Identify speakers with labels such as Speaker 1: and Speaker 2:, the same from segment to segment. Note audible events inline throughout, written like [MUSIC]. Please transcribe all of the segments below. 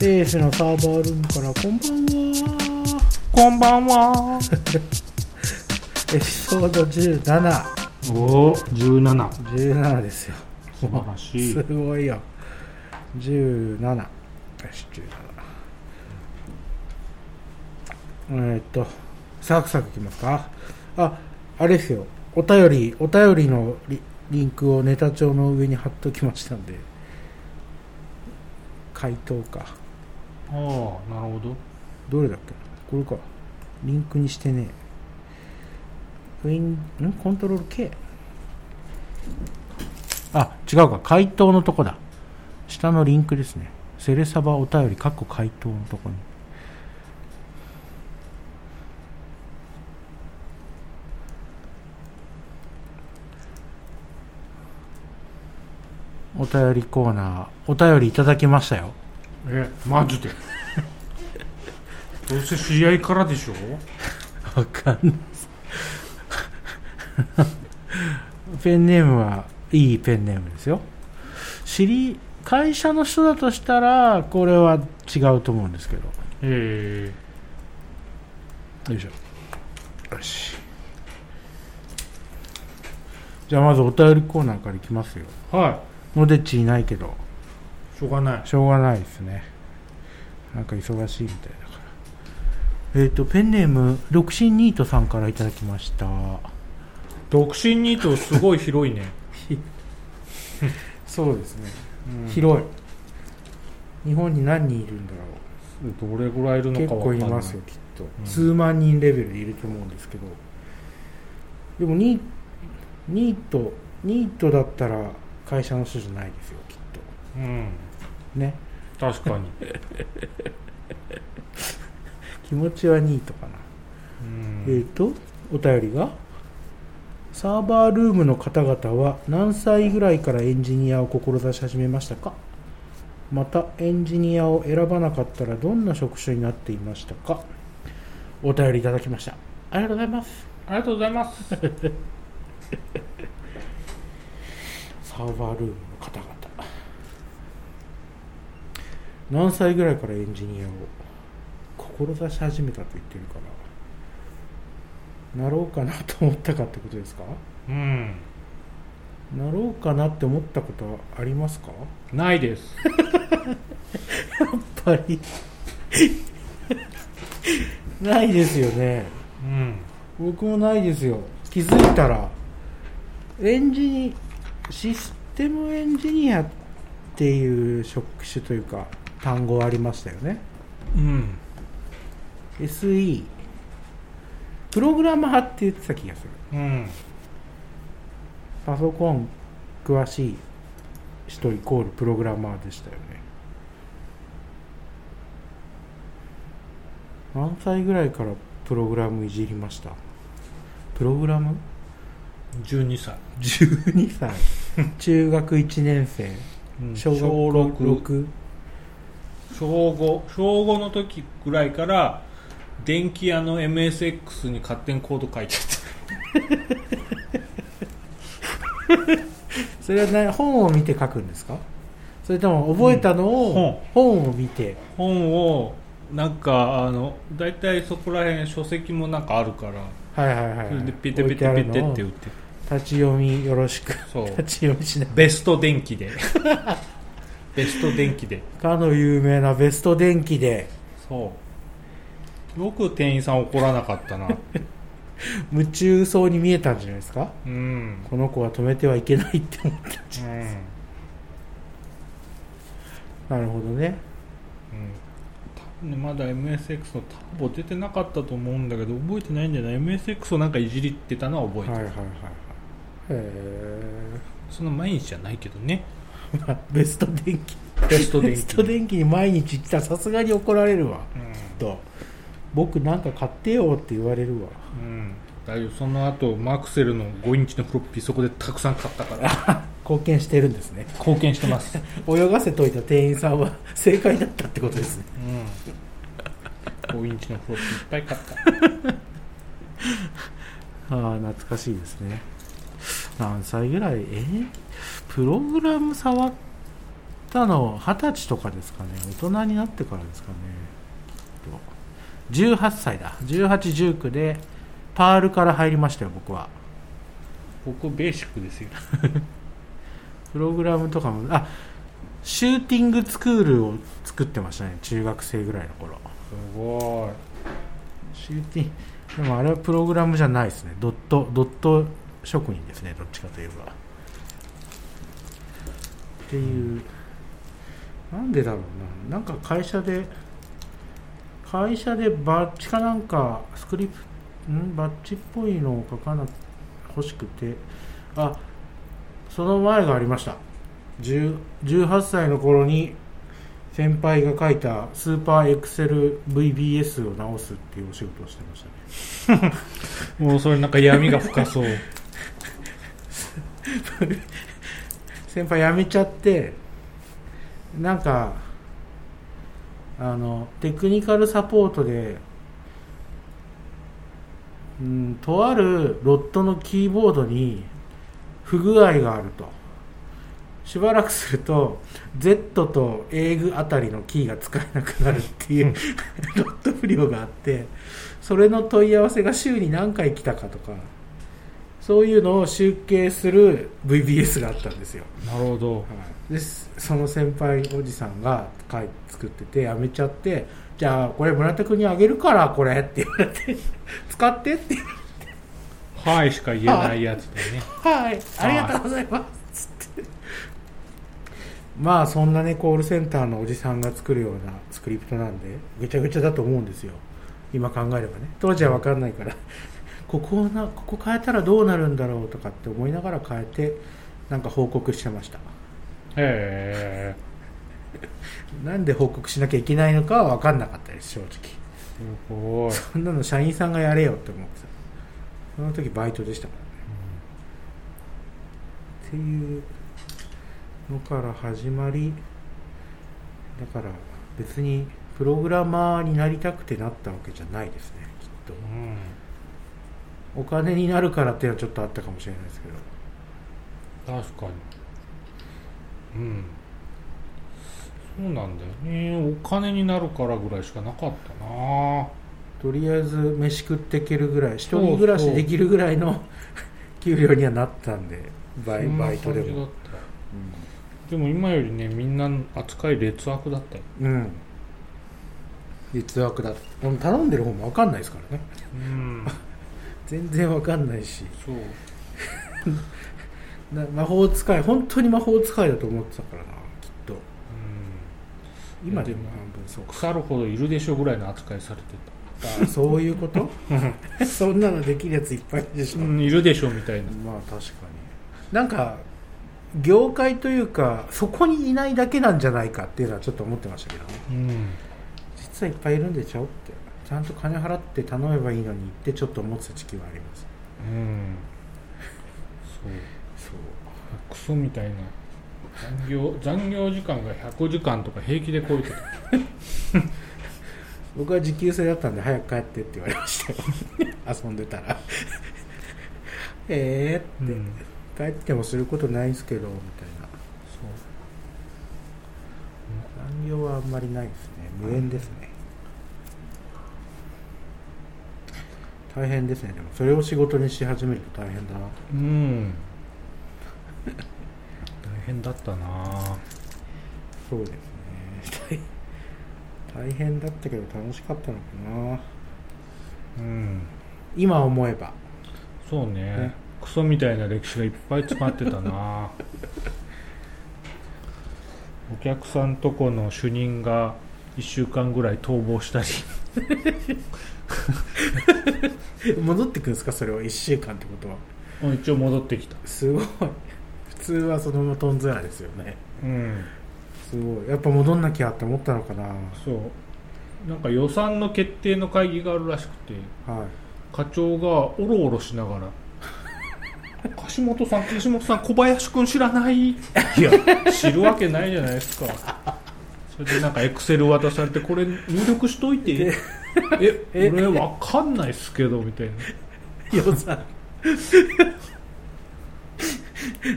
Speaker 1: エースのサーバールームからこんばんは
Speaker 2: こんばんは。
Speaker 1: エピソード1717
Speaker 2: おお、十七。
Speaker 1: ですよ
Speaker 2: 素晴らしい
Speaker 1: す。ごいよ17よし17えーっとサクサクいきますかああれですよお便りお便りのリリンクをネタ帳の上に貼っときましたんで回答か
Speaker 2: ああ、なるほど。
Speaker 1: どれだっけこれかリンクにしてねウィンんコントロール K あ違うか回答のとこだ下のリンクですねセレサバお便りかっこ回答のとこにお便りコーナーお便りいただきましたよ
Speaker 2: え、マジで。どうせ知り合いからでしょ
Speaker 1: わかんないですペンネームはいいペンネームですよ知り会社の人だとしたらこれは違うと思うんですけど
Speaker 2: え
Speaker 1: よいしょよしじゃあまずお便りコーナーからいきますよ
Speaker 2: えは
Speaker 1: のでっちいないけど
Speaker 2: い。しょうがない。
Speaker 1: しょうがないですねなんか忙しいみたいだからえっ、とペンネーム独身ニートさんからいただきました
Speaker 2: 独身ニートすごい広いね。
Speaker 1: そうですね
Speaker 2: うん
Speaker 1: 広い日本に何人いるんだろ
Speaker 2: どれぐらいいる
Speaker 1: う
Speaker 2: の
Speaker 1: 結
Speaker 2: かわか
Speaker 1: 構
Speaker 2: ん
Speaker 1: い
Speaker 2: ない。
Speaker 1: ますよ。きっと、
Speaker 2: うん
Speaker 1: 数万人レベルでいると思うんですけどでもニニートニートだったら会社の人じゃないですよきっ
Speaker 2: うん。
Speaker 1: とね
Speaker 2: 確かに。
Speaker 1: 気持ちはニートかな、
Speaker 2: うん。
Speaker 1: えっ、とお便りがサーバールームの方々は何歳ぐらいからエンジニアを志し始めましたかまたエンジニアを選ばなかったらどんな職種になっていましたかお便りいただきましたありがとうございます
Speaker 2: ありがとうございます。
Speaker 1: サーバールームの方々何歳ぐらいからエンジニアを志し始めたと言ってるからなろうかなと思ったかってことですか
Speaker 2: うん。
Speaker 1: なろうかなって思ったことはありますか
Speaker 2: ないです。
Speaker 1: やっぱり [LAUGHS] ないですよね
Speaker 2: うん。
Speaker 1: 僕もないですよ気づいたらエンジニシステムエンジニアっていう職種というか単語ありましたよね
Speaker 2: うん。
Speaker 1: SE プログラマーって言ってた気がする
Speaker 2: うん。
Speaker 1: パソコン詳しい人イコールプログラマーでしたよね何歳ぐらいからプログラムいじりましたプログラム
Speaker 2: 12歳。
Speaker 1: 12歳中学1年生
Speaker 2: うん
Speaker 1: 小学6
Speaker 2: 小5小5の時ぐらいから電気屋の MSX に勝手にコード書いて [LAUGHS]
Speaker 1: それは、ね、本を見て書くんですかそれとも覚えたのを、本を見て
Speaker 2: た本をなんかあの大体そこら辺書籍もなんかあるから
Speaker 1: はいはいはい、は
Speaker 2: そ
Speaker 1: い、
Speaker 2: れでピテピテピテって打
Speaker 1: 置いてあるのを
Speaker 2: って
Speaker 1: 立ち読みよろしく
Speaker 2: そう
Speaker 1: 立ち読みしない
Speaker 2: ベスト電気で [LAUGHS] ベスト電気で
Speaker 1: かの有名なベスト電気で
Speaker 2: そうよく店員さん怒らなかっ
Speaker 1: [LAUGHS]
Speaker 2: たな
Speaker 1: 夢中そうに見えたんじゃないですか
Speaker 2: うん、
Speaker 1: この子は止めてはいけないって思っ
Speaker 2: うん
Speaker 1: た [LAUGHS] なるほどね
Speaker 2: うん、多分ねまだ MSX のターボ出てなかったと思うんだけど覚えてないんだよな MSX をなんかいじりってたのは覚え
Speaker 1: はい
Speaker 2: てる、
Speaker 1: はいはいはいへ
Speaker 2: その毎日じゃないけどね
Speaker 1: えまあ [LAUGHS] ベスト電気
Speaker 2: ベスト電
Speaker 1: ベ
Speaker 2: 気
Speaker 1: スト電気に毎日行ったらさすがに怒られるわきっと僕なんか買ってよって言われるわ
Speaker 2: うん、うん、だいぶその後マクセルの5インチのフロッピーそこでたくさん買ったから
Speaker 1: 貢献してるんですね
Speaker 2: [LAUGHS] 貢献してます、
Speaker 1: 泳がせといた店員さんは正解だったってことですね
Speaker 2: うん、5インチのフロッピーいっぱい買った
Speaker 1: ああ懐かしいですね何歳ぐらいえープログラム触ったの二十歳とかですかね大人になってからですかねきっと18歳だ1819でパールから入りましたよ僕は
Speaker 2: 僕ベーシックですよ
Speaker 1: プログラムとかもあシューティングスクールを作ってましたね中学生ぐらいの頃
Speaker 2: すご
Speaker 1: シューティングでもあれはプログラムじゃないですねドットドット職人ですねどっちかといえばっていうなんでだろうななんか会社で会社でバッチかなんかスクリプトんバッチっぽいのを書かな欲しくてあその前がありました10 18歳の頃に先輩が書いたスーパーエクセル VBS を直すっていうお仕事をしてましたね
Speaker 2: いもうそれなんか闇が深そう
Speaker 1: 先輩辞めちゃってなんかあのテクニカルサポートでうんとあるロットのキーボードに不具合があるとしばらくすると Z と A グあたりのキーが使えなくなるっていうロット不良があってそれの問い合わせが週に何回来たかとかそういうのを集計する VBS があったんですよ
Speaker 2: [LAUGHS] なるほど
Speaker 1: でその先輩おじさんが書い作っててやめちゃってじゃあこれ村田君にあげるからこれって言われて [LAUGHS] 使ってって
Speaker 2: はいしか言えないやつだね
Speaker 1: はいありがとうございますつってまあそんなねコールセンターのおじさんが作るようなスクリプトなんでぐちゃぐちゃだと思うんですよ今考えればね当時は分かんないから [LAUGHS] ここをなここ変えたらどうなるんだろうとかって思いながら変えてなんか報告してました
Speaker 2: へえ
Speaker 1: なんで報告しなきゃいけないのかは分かんなかったです正直
Speaker 2: すごい
Speaker 1: そんなの社員さんがやれよって思ってたその時バイトでしたからね、っていうのから始まりだから別にプログラマーになりたくてなったわけじゃないですねきっと
Speaker 2: うん
Speaker 1: お金になるからっていうのはちょっとあったかもしれないですけど
Speaker 2: 確かにうんそうなんだよねお金になるからぐらいしかなかったな
Speaker 1: とりあえず飯食っていけるぐらい一人暮らしできるぐらいの [LAUGHS] 給料にはなったんでバイ
Speaker 2: そんな
Speaker 1: バイトで
Speaker 2: 感じだ
Speaker 1: も
Speaker 2: ったでも今よりねみんな扱い劣悪だったよ
Speaker 1: うん劣悪だこの頼んでる方も分かんないですからね
Speaker 2: うん
Speaker 1: 全然分かんないし
Speaker 2: そう
Speaker 1: な魔法使い本当に魔法使いだと思ってたからなきっと
Speaker 2: う
Speaker 1: 今で
Speaker 2: い
Speaker 1: も
Speaker 2: やで
Speaker 1: 半
Speaker 2: も
Speaker 1: 分そ [LAUGHS] うん
Speaker 2: 腐るほどいるでしょぐらいの扱いされて、
Speaker 1: かそういうこと [LAUGHS] そんなのできるやついっぱいいるでしたょ、
Speaker 2: うん、いるでしょみたいな
Speaker 1: まあ確かになんか業界というかそこにいないだけなんじゃないかっていうのはちょっと思ってましたけどね
Speaker 2: うん
Speaker 1: 実はいっぱいいるんでしょってちゃんと金払って頼めばいいのにってちょっと思ってた時期はあります
Speaker 2: うんそう
Speaker 1: そう
Speaker 2: クソみたいな残業残業時間が100時間とか平気で超えてた
Speaker 1: 僕は時給制だったんで早く帰ってって [LAUGHS] 言われましたよ遊んでたら [LAUGHS] えーって、
Speaker 2: うん
Speaker 1: 帰ってもすることないんすけどみたいな
Speaker 2: そ
Speaker 1: 残
Speaker 2: う
Speaker 1: 業はあんまりないですね無縁ですね大変ですねでもそれを仕事にし始めると大変だな
Speaker 2: うん大変だったな
Speaker 1: そうですね [LAUGHS] 大変だったけど楽しかったのかな
Speaker 2: うん
Speaker 1: 今思えば
Speaker 2: そうね
Speaker 1: ね
Speaker 2: クソみたいな歴史がいっぱい詰まってた [LAUGHS] なお客さんとこの主任が1週間ぐらい逃亡 [LAUGHS] したり
Speaker 1: 戻ってくるんですかそれを1週間ってことは
Speaker 2: もう一応戻ってきた
Speaker 1: すごい普通はそのままとんずらですよね
Speaker 2: うん
Speaker 1: すごいやっぱ戻んなきゃって思ったのかなは
Speaker 2: そうなんか予算の決定の会議があるらしくて
Speaker 1: い
Speaker 2: 課長がおろおろしな [LAUGHS] がら「樫本さん樫本さん小林君知らない?」いや知るわけないじゃないですかそれでなんかエクセル渡されて「これ入力しといて」え
Speaker 1: え
Speaker 2: 俺わかんないっすけど」みたいな
Speaker 1: 予算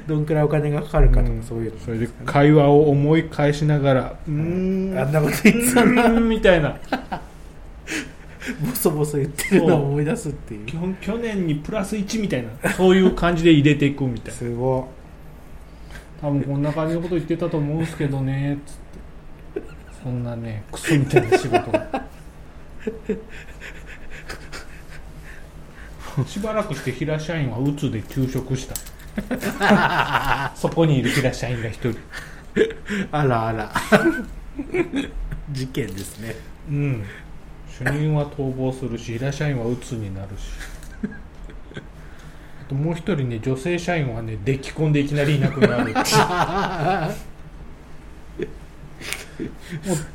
Speaker 1: どんくらいお金がかかるかと
Speaker 2: う
Speaker 1: か
Speaker 2: ん
Speaker 1: そういうの
Speaker 2: それで会話を思い返しながらうーん
Speaker 1: あんなこと言ってた
Speaker 2: う
Speaker 1: な
Speaker 2: ーんみたいな
Speaker 1: ボソボソ言ってるのを思い出すって
Speaker 2: [LAUGHS]
Speaker 1: いう
Speaker 2: 基本去年にプラス1みたいなそういう感じで入れていくみたいな
Speaker 1: すご
Speaker 2: 多分こんな感じのこと言ってたと思うんですけどねつってそんなねクソみたいな仕事がしばらくして平社員はうつで休職したそこにいる平社員が一人
Speaker 1: いあらあら [LAUGHS] 事件ですね
Speaker 2: うん主任は逃亡するし平社員は鬱になるしあともう一人ね女性社員はねデッキ込んでいきなりいなくなるもう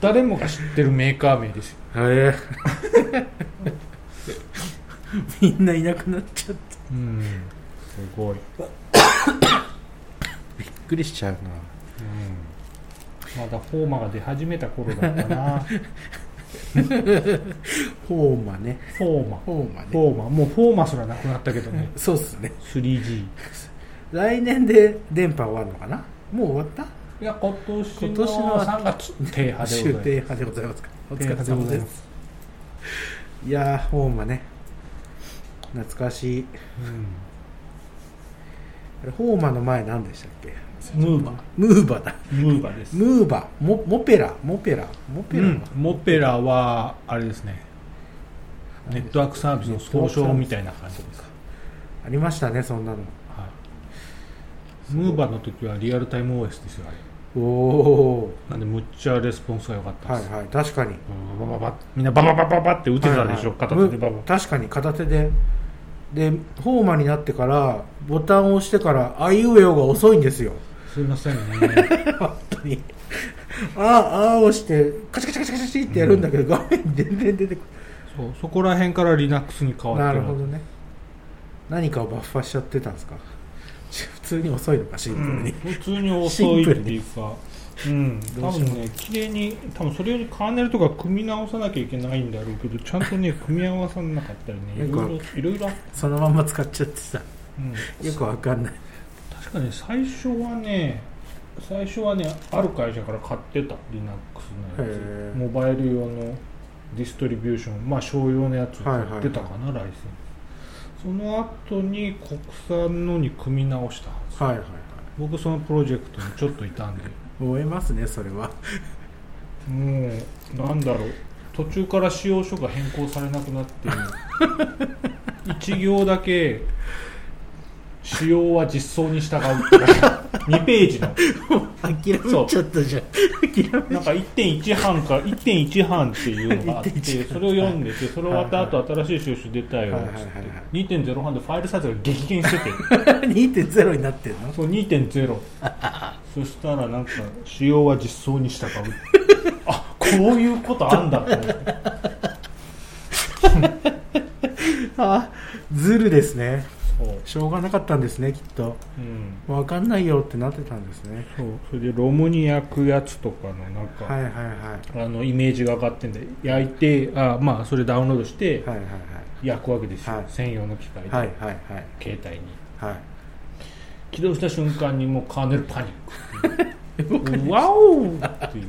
Speaker 2: 誰もが知ってるメーカー名ですよ
Speaker 1: へえみんないなくなっちゃった
Speaker 2: うんすごい、うん、
Speaker 1: びっくりしちゃうな
Speaker 2: まだフォーマが出始めた頃だったな [LAUGHS] フ
Speaker 1: フォーマね
Speaker 2: ォーマ
Speaker 1: フォーマね
Speaker 2: フォーマもうフォーマすらなくなったけどね
Speaker 1: そうっすね
Speaker 2: 3G
Speaker 1: 来年で電波終わるのかなもう終わった
Speaker 2: いや今年
Speaker 1: 今
Speaker 2: の
Speaker 1: 年の
Speaker 2: 3月停波でござい
Speaker 1: 終
Speaker 2: ます
Speaker 1: 定派でございますかお疲れ
Speaker 2: 停波で
Speaker 1: 様
Speaker 2: ござい
Speaker 1: で
Speaker 2: ます
Speaker 1: いやーフォーマね懐かしいあれフォーマの前何でしたっけ
Speaker 2: ムーバー
Speaker 1: ムーバだ
Speaker 2: ムーバーです、
Speaker 1: ムーバモモペラモペラモ
Speaker 2: う
Speaker 1: ペラ
Speaker 2: ん
Speaker 1: は、
Speaker 2: モペラはあれですねネットワークサービスの総称みたいな感じです、
Speaker 1: ありましたねそんなの
Speaker 2: はい、ムーバーの時はリアルタイム OS ですよあれ
Speaker 1: おお
Speaker 2: なんでむっちゃレスポンスが良かった
Speaker 1: は
Speaker 2: で
Speaker 1: い
Speaker 2: す、
Speaker 1: はい確かに
Speaker 2: ババババみんなバババババって打てたでしょ、
Speaker 1: はいはい
Speaker 2: 片手でババ
Speaker 1: む確かに片手ででフォーマになってからボタンを押してからあいうえおが遅いんです [LAUGHS] よ
Speaker 2: すいませんね
Speaker 1: 本当にあーあー押してカチャカチャカチャカチャってやるんだけど、画面全然出てこ
Speaker 2: そうそこら辺から Linux に変
Speaker 1: ないな
Speaker 2: わって
Speaker 1: るほどね何かをバッファしちゃってたんですか [LAUGHS] ち普通に遅いのかシンプ
Speaker 2: う
Speaker 1: ル
Speaker 2: ん
Speaker 1: に、
Speaker 2: 普通に遅いっていうかうん、多分ね、綺麗に、多分それよりカーネルとか組み直さなきゃいけないんだろうけど、ちゃんとね、組み合わさなかったりね、い
Speaker 1: なんか
Speaker 2: ろいろ、いろいろあっ
Speaker 1: そのまんま使っちゃってさ
Speaker 2: うん、
Speaker 1: よくわかんない
Speaker 2: 確かに最初はね、最初はね、ある会社から買ってた、Linux の
Speaker 1: へ
Speaker 2: やつ、
Speaker 1: ー
Speaker 2: モバイル用のディストリビューション、まあ、商用のやつを買ってたかな、ライセンス。その後に国産のに組み直したはず。
Speaker 1: はいはいはい
Speaker 2: 僕、そのプロジェクトにちょっといたんで。
Speaker 1: 燃えますねそれは
Speaker 2: もうなんだろう途中から使用書が変更されなくなってる一行だけ使用は実装に従うって2ページ
Speaker 1: [LAUGHS]
Speaker 2: の
Speaker 1: 諦めちゃったじゃん諦め
Speaker 2: なんか1.1版か1.1版っていうのがあって
Speaker 1: 1.1
Speaker 2: それを読んでてそれ終わった後新しい収集出たよ
Speaker 1: はいはいは
Speaker 2: っつ
Speaker 1: いはい
Speaker 2: って2.0版でファイルサイズが激減して
Speaker 1: [LAUGHS]
Speaker 2: て
Speaker 1: 2.0になってんの
Speaker 2: そう2.0そしたらなんか使用は実装に従うあこういうことあんだと思って
Speaker 1: あズルですね
Speaker 2: そう
Speaker 1: しょうがなかったんですねきっと
Speaker 2: うん
Speaker 1: わかんないよってなってたんですね
Speaker 2: そうそれでロムに焼くやつとかのなんか、
Speaker 1: はいはいはい
Speaker 2: あのイメージが上がってんで焼いてあまあそれダウンロードして
Speaker 1: はいはい
Speaker 2: 焼くわけですよ、
Speaker 1: はい
Speaker 2: 専用の機械で、
Speaker 1: はいはいはいはい
Speaker 2: 携帯に
Speaker 1: はい
Speaker 2: 起動した瞬間にもうカーネルパニ
Speaker 1: [LAUGHS]
Speaker 2: ックわおーっていう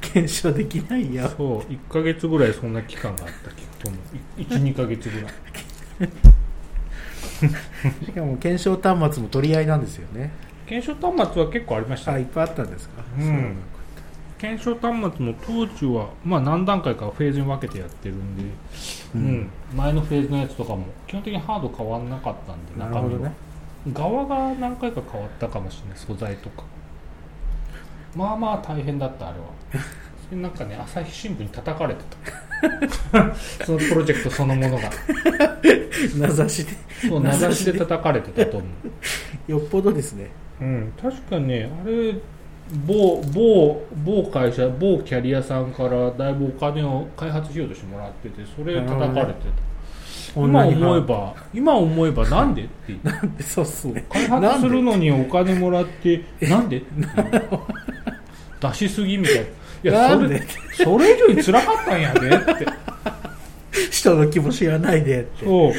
Speaker 1: 検証できないよ
Speaker 2: そう1ヶ月ぐらいそんな期間があったきっと12ヶ
Speaker 1: [LAUGHS]
Speaker 2: 月ぐらい
Speaker 1: しかも検証端末も取り合いなんですよね
Speaker 2: 検証端末は結構ありました
Speaker 1: あ
Speaker 2: ね、
Speaker 1: いっぱいあったんですか
Speaker 2: うん
Speaker 1: そうなのか
Speaker 2: 検証端末も当時は、まあ、何段階かフェーズに分けてやってるんで、
Speaker 1: う
Speaker 2: うんん前のフェーズのやつとかも基本的にハード変わんなかったんで
Speaker 1: なる
Speaker 2: 中
Speaker 1: ほ
Speaker 2: 身
Speaker 1: ど
Speaker 2: は、
Speaker 1: ね
Speaker 2: 側が何回か変わったかもしれない素材とかまあまあ大変だったあれは [LAUGHS] それなんかね朝日新聞に叩かれて [LAUGHS] たそのプロジェクトそのものが
Speaker 1: 名指しで [LAUGHS]
Speaker 2: そう名指しで叩かれてたと思う
Speaker 1: よっぽどですね
Speaker 2: うん、確かね、あれ某某某会社、某キャリアさんからだいぶお金を開発費用としてもらってて、それ叩かれてた、今思えば、今思えばなんでって言って、
Speaker 1: ば [LAUGHS] そうっすね
Speaker 2: 開発するのにお金もらって、なんでって言って出しすぎみたいな。いや
Speaker 1: な
Speaker 2: そ
Speaker 1: んで
Speaker 2: れそれ以上に辛かったんやでって
Speaker 1: 人の気も知らないでって [LAUGHS]
Speaker 2: そう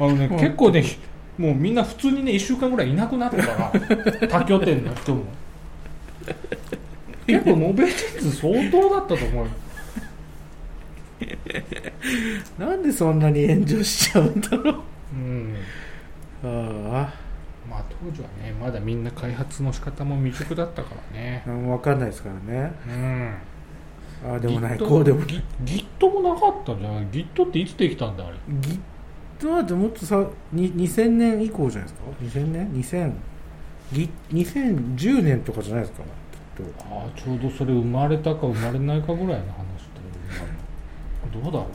Speaker 2: あのね、結構ねひもうみんな普通にね1週間ぐらいいなくなったか
Speaker 1: [LAUGHS]
Speaker 2: ら他拠点の人も結構延べ人数相当だったと思うよ
Speaker 1: なんでそんなに炎上しちゃうんだろう [LAUGHS]
Speaker 2: うん
Speaker 1: あ
Speaker 2: まあ当時はねまだみんな開発の仕方も未熟だったからね
Speaker 1: あ分かんないですからね
Speaker 2: うん
Speaker 1: ああでもない
Speaker 2: Git
Speaker 1: こうでもない
Speaker 2: Git Git もなかったじゃん Git っていつできたんだあれ
Speaker 1: Git はでもっとさに2000年以降じゃないですか2000年2000ギ2010年とかじゃないですかきっと
Speaker 2: ああちょうどそれ生まれたか生まれないかぐらいの話だよ今のどうだろう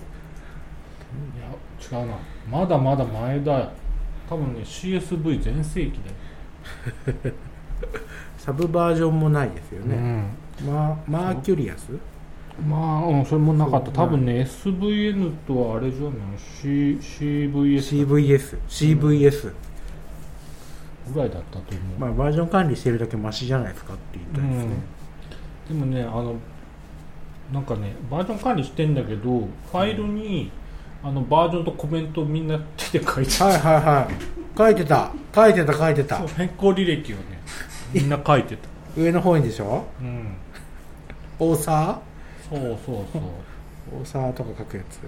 Speaker 2: いや違うなまだまだ前だよ多分ね CSV 全盛期だよ、
Speaker 1: サブバージョンもないですよね、まあ、マーキュリアス
Speaker 2: うんまあ、うん、それもなかった
Speaker 1: そう
Speaker 2: 多分ね SVN とあれじゃない C CVS ぐ
Speaker 1: CVS CVS、
Speaker 2: らいだったと思う、
Speaker 1: まあ、バージョン管理してるだけマシじゃないですかって言いたいですね、
Speaker 2: うん、でもねあのなんかねバージョン管理してんだけどファイルに、あのバージョンとコメントをみんな手で書いて
Speaker 1: はいはいはい書いてた書いてた書いてた
Speaker 2: そう変更履歴を [LAUGHS] ねみんな書いてた
Speaker 1: 上の方にでしょ
Speaker 2: うん
Speaker 1: オーサ
Speaker 2: そうそうそう
Speaker 1: ーオーサーとか書くやつ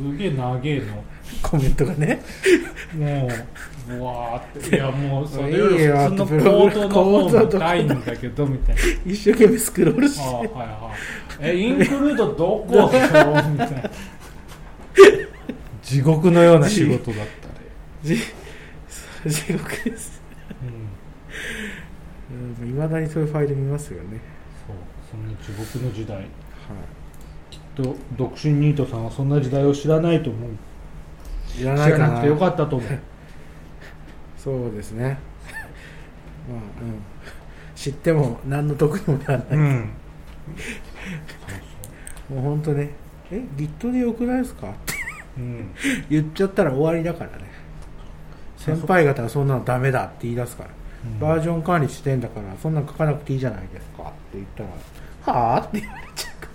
Speaker 2: すげえ長えの
Speaker 1: コメントがね
Speaker 2: もううわーっていやもうそれよ
Speaker 1: いい
Speaker 2: り
Speaker 1: よ
Speaker 2: 普通のコードの
Speaker 1: コードの
Speaker 2: 方見たいんだけどみたいな
Speaker 1: 一生懸命スクロールし
Speaker 2: あ
Speaker 1: て
Speaker 2: あはいはいえインクルードどこよみたいな地獄のような仕事だったね、
Speaker 1: じ地獄です
Speaker 2: うん
Speaker 1: いまだにそういうファイル見ますよね
Speaker 2: そうそんな地獄の時代
Speaker 1: は
Speaker 2: きっと独身ニートさんはそんな時代を知らないと思う
Speaker 1: いいら
Speaker 2: 知
Speaker 1: ない
Speaker 2: ら
Speaker 1: か
Speaker 2: な
Speaker 1: な
Speaker 2: くてよかったと思う
Speaker 1: そうですね [LAUGHS] まあうん知っても何の得にもならない、
Speaker 2: うん
Speaker 1: もうほんとねえ Git でよくないですかって
Speaker 2: うん、
Speaker 1: 言っちゃったら終わりだからね先輩方はそんなのダメだって言い出すから、バージョン管理してんだからそんなん書かなくていいじゃないですかって言ったらはあって言われちゃうか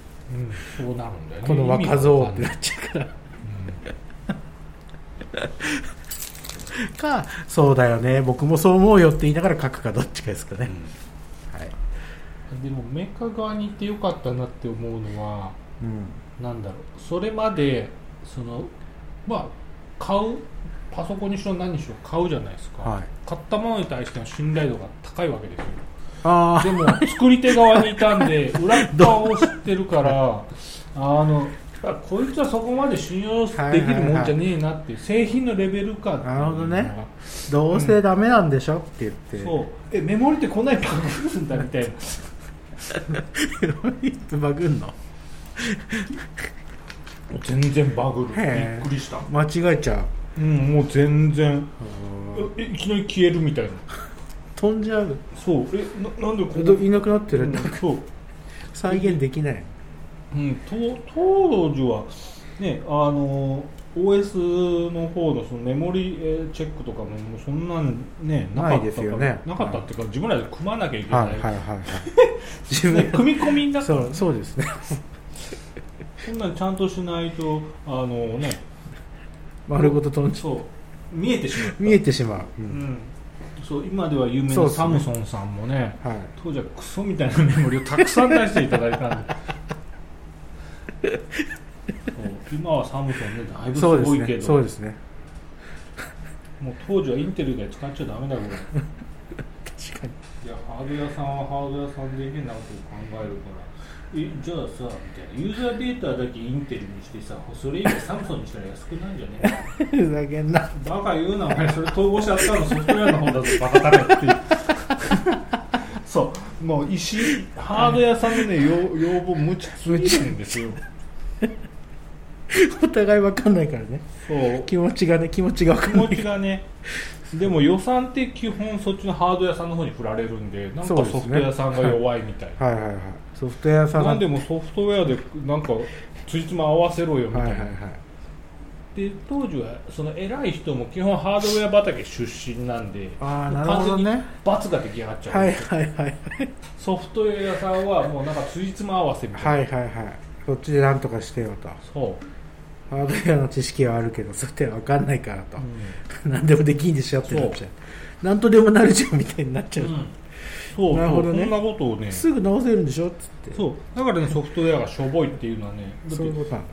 Speaker 2: うん、そうなるんだよ
Speaker 1: ら
Speaker 2: ね
Speaker 1: この若造って
Speaker 2: 意味わかんない
Speaker 1: なっちゃうから [LAUGHS] かそうだよね僕もそう思うよって言いながら書くかどっちかですかね、はい、
Speaker 2: うんでもメーカー側に行ってよかったなって思うのは
Speaker 1: うん、
Speaker 2: なんだろうそれまでそのまあ買うパソコンにしろ何にしろ買うじゃないですか、
Speaker 1: はい
Speaker 2: 買ったものに対しての信頼度が高いわけですよ
Speaker 1: あ
Speaker 2: でも作り手側にいたんで
Speaker 1: [LAUGHS]
Speaker 2: 裏っ側を知ってるからあのあこいつはそこまで信用できるもんじゃねえなっていう製品のレベル感っていうのが
Speaker 1: なるほどねあどうせダメなんで [LAUGHS] しょって言って、
Speaker 2: そうえメモリってこんなにバグるんだみたいな
Speaker 1: バグんの
Speaker 2: 全然バグるび
Speaker 1: へえ
Speaker 2: っくりした
Speaker 1: 間違えちゃう
Speaker 2: うんもう全然えいきなり消えるみたいな
Speaker 1: 飛んじゃう
Speaker 2: そうえななんでこん
Speaker 1: ど
Speaker 2: な
Speaker 1: いなくなってる、
Speaker 2: うんそう
Speaker 1: 再現できない
Speaker 2: うん、と当時は、ね、あの OS の方のそのメモリえーチェックとかももうそんなん、ね、なか
Speaker 1: な
Speaker 2: った
Speaker 1: いですよね
Speaker 2: なかったっていうか、自分らで組まなきゃいけない、
Speaker 1: はいはいはいはい自
Speaker 2: ね
Speaker 1: 分
Speaker 2: [LAUGHS] 組み込みだか
Speaker 1: そ
Speaker 2: ら
Speaker 1: うそうですね
Speaker 2: そんなんちゃんとしないとあの、ね、
Speaker 1: 丸ごと飛んじゃ
Speaker 2: そう見えてしま
Speaker 1: う見えてしまう、う
Speaker 2: う、うんん、そう今では有名
Speaker 1: そう
Speaker 2: な
Speaker 1: ですね
Speaker 2: サムソンさんもね
Speaker 1: はい、
Speaker 2: 当時はクソみたいなメモリをたくさん出していただいたんでそう今はサムソンねだいぶす
Speaker 1: そうで
Speaker 2: ご
Speaker 1: す
Speaker 2: いけ
Speaker 1: ね
Speaker 2: ど
Speaker 1: そうですね
Speaker 2: もう当時はインテルが使っちゃダメだぐらい
Speaker 1: 確かに
Speaker 2: いやハード屋さんはハード屋さんで変なことを考えるからえじゃあさみたいなユーザーデータだけインテルにしてさそれ以外サムソンにしたら安くないんじゃね
Speaker 1: ふざけんな
Speaker 2: バカ言うなお前それ統合して扱うのソフトウェアの方だぞバカだねっていう
Speaker 1: [LAUGHS]
Speaker 2: そうもう石ハード屋さんのね要要望無茶すぎるんですよ
Speaker 1: お互い分かんないからね
Speaker 2: そう
Speaker 1: 気持ちがね気持ちが分か
Speaker 2: 気
Speaker 1: んない
Speaker 2: 持ちがねでも予算って基本そっちのハード屋さんの方に振られるんでなんか
Speaker 1: そ
Speaker 2: ソ
Speaker 1: うですね
Speaker 2: フトウェアさんが弱いみたいな
Speaker 1: はいはいはいソフトウェアさん
Speaker 2: な
Speaker 1: が
Speaker 2: んでもソフトウェアでなんかついつま合わせろよみたい
Speaker 1: はい
Speaker 2: な、
Speaker 1: はいはい
Speaker 2: で当時はその偉い人も基本ハードウェア畑出身なんで
Speaker 1: ああなるほどね
Speaker 2: 罰が出来上がっちゃう、
Speaker 1: はいはいはい
Speaker 2: ソフトウェアさんはもうなんかついつま合わせみたいな、
Speaker 1: はいはいはいそっちでなんとかしてよと
Speaker 2: そう
Speaker 1: ハードウェアの知識はあるけどそれって分かんないからと、
Speaker 2: う
Speaker 1: 何でもできんでしょってなっちゃう何とでもなるじゃんみたいになっちゃう、
Speaker 2: んそう
Speaker 1: なるほどね
Speaker 2: そうそんなことをね
Speaker 1: すぐ直せるんでしょっつって
Speaker 2: そうだからねソフトウェアがしょぼいっていうのはねだって
Speaker 1: そういうことなん
Speaker 2: ね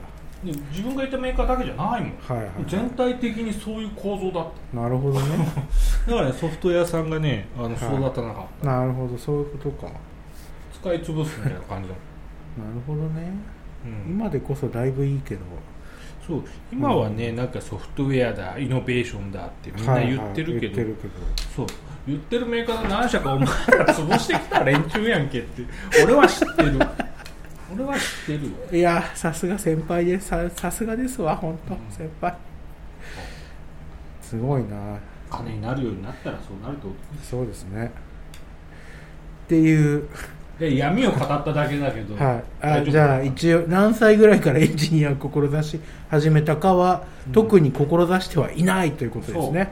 Speaker 2: 自分がいたメーカーだけじゃないもん
Speaker 1: だはいはい
Speaker 2: 全体的にそういう構造だっ
Speaker 1: なるほどね [LAUGHS]
Speaker 2: ただからねソフトウェアさんがねあの
Speaker 1: はい
Speaker 2: 育たなかった、
Speaker 1: なるほどそういうことかな
Speaker 2: 使い潰すみたいな感じだも
Speaker 1: るほどね
Speaker 2: ん、うん、
Speaker 1: 今でこそだいぶいいけど
Speaker 2: そう今はねなんかソフトウェアだイノベーションだってみんな言ってるけど、
Speaker 1: はいはい言ってる
Speaker 2: そう言ってるメーカーの何社かお前ら潰してきた連中やんけって俺は知ってる俺は知ってるよ
Speaker 1: けどいやさすが先輩ですささすがですわ本当先輩すごいな
Speaker 2: 金になるようになったらそうなると
Speaker 1: そうですねっていう、
Speaker 2: で闇を語っただけだけど、
Speaker 1: はい、あ
Speaker 2: 大丈夫か
Speaker 1: じゃあ一応何歳ぐらいからエンジニアを志し始めたかは、
Speaker 2: うん
Speaker 1: 特に志してはいないということですね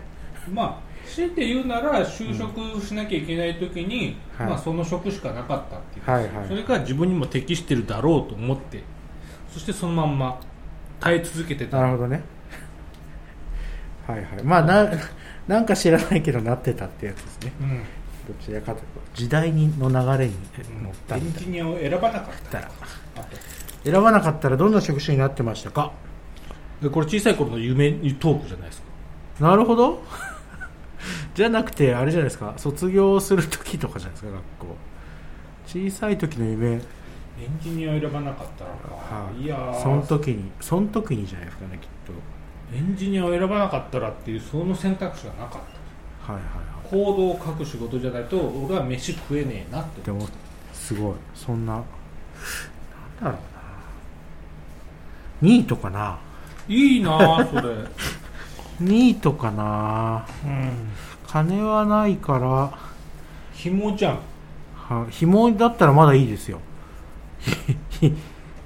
Speaker 2: まあ強いて言うなら就職しなきゃいけない時に、
Speaker 1: うん
Speaker 2: ま
Speaker 1: は
Speaker 2: あ、
Speaker 1: い
Speaker 2: その職しかなかったっていう、
Speaker 1: はいは
Speaker 2: そ
Speaker 1: い
Speaker 2: れが自分にも適してるだろうと思ってそしてそのまんま耐え続けてた
Speaker 1: なるほどねはいはいまあななんか知らないけどなってたってやつですね
Speaker 2: うん
Speaker 1: どちらかというと時代の流れに乗った
Speaker 2: エ
Speaker 1: み
Speaker 2: ン
Speaker 1: たい
Speaker 2: ジニアを選ばなかっ
Speaker 1: な
Speaker 2: た
Speaker 1: ら
Speaker 2: あと
Speaker 1: 選ばなかったらどんな職種になってましたか
Speaker 2: でこれ小さい頃の夢トークじゃないですか
Speaker 1: なるほど [LAUGHS] じゃなくてあれじゃないですか卒業する時とかじゃないですか学校小さい時の夢
Speaker 2: エンジニアを選ばなかったらか、
Speaker 1: はい
Speaker 2: いやー
Speaker 1: その時にその時にじゃないですかねきっ
Speaker 2: エンジニアを選ばなかったらっていうその選択肢がなかった
Speaker 1: とはいはいは
Speaker 2: 行動を書く仕事じゃないと俺は飯食えねえなって
Speaker 1: いでもすごいそんななんだろうな2位とかない
Speaker 2: いなあそれうん
Speaker 1: 2位とかな金はないから
Speaker 2: 紐じゃん
Speaker 1: は紐だったらまだいいですよひひ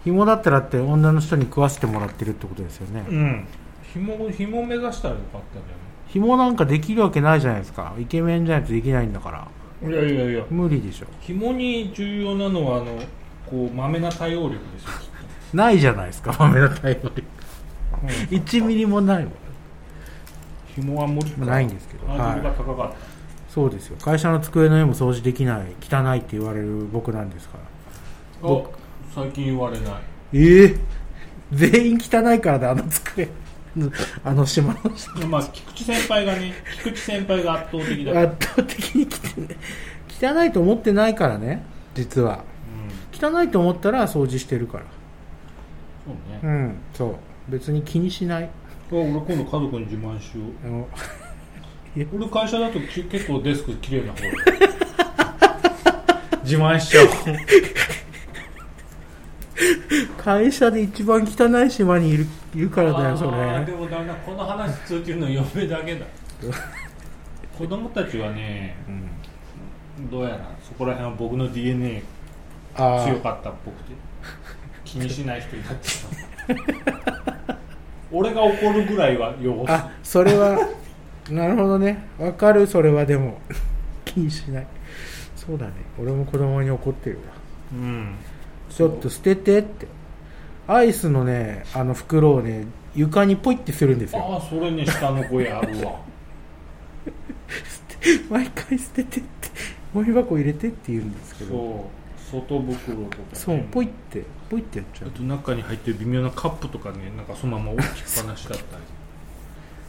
Speaker 1: 紐だったらって女の人に食わせてもらってるってことですよね
Speaker 2: うん紐紐目指したらよかったんじ
Speaker 1: 紐なんかできるわけないじゃないですかイケメンじゃないとできないんだから
Speaker 2: ゃないいやいやいや
Speaker 1: 無理でしょ
Speaker 2: 紐に重要なのはあのこうまめな対応力ですよきっ
Speaker 1: ないじゃないですか豆の太陽で
Speaker 2: と、
Speaker 1: 1ミリもないもん
Speaker 2: 紐は無理か
Speaker 1: ないんですけど
Speaker 2: ハードルが高かった、
Speaker 1: そうですよ会社の机の上も掃除できない汚いって言われる僕なんですから
Speaker 2: あ最近言われない
Speaker 1: ええ全員汚いからだあの机あの島の人
Speaker 2: まあ菊池先輩がね菊池先輩が圧倒的だから
Speaker 1: 圧倒的に汚い汚いと思ってないからね実は
Speaker 2: うん
Speaker 1: 汚いと思ったら掃除してるから
Speaker 2: そうね、
Speaker 1: うんそう別に気にしない
Speaker 2: あ俺今度家族に自慢しよう
Speaker 1: あの
Speaker 2: 俺会社だとき結構デスク綺麗な方
Speaker 1: [LAUGHS]
Speaker 2: だ自慢しちゃおう
Speaker 1: 会社で一番汚い島にいるいるからだよそ
Speaker 2: あーで
Speaker 1: れ
Speaker 2: もだめだこの話通じるの嫁だけだ子供たちはね
Speaker 1: うん
Speaker 2: どうやらそこら辺は僕の DNA
Speaker 1: あ
Speaker 2: 強かったっぽくて気にしない人になってた俺が怒るぐらいは汚す
Speaker 1: あそれはなるほどねわかるそれはでも気にしないそうだね俺も子供に怒ってるわ
Speaker 2: うん
Speaker 1: ちょっと捨ててってアイスのねあの袋をね床にポイってするんです
Speaker 2: あ
Speaker 1: よ
Speaker 2: あそれね下の子やる
Speaker 1: [LAUGHS]
Speaker 2: わ
Speaker 1: 毎回捨ててってゴミ箱入れてって言うんですけど
Speaker 2: そう外袋とか、ね、
Speaker 1: そうポイってポイってやっちゃ
Speaker 2: あ
Speaker 1: う
Speaker 2: と中に入ってる微妙なカップとかねなんかそのまま置きっぱなしだった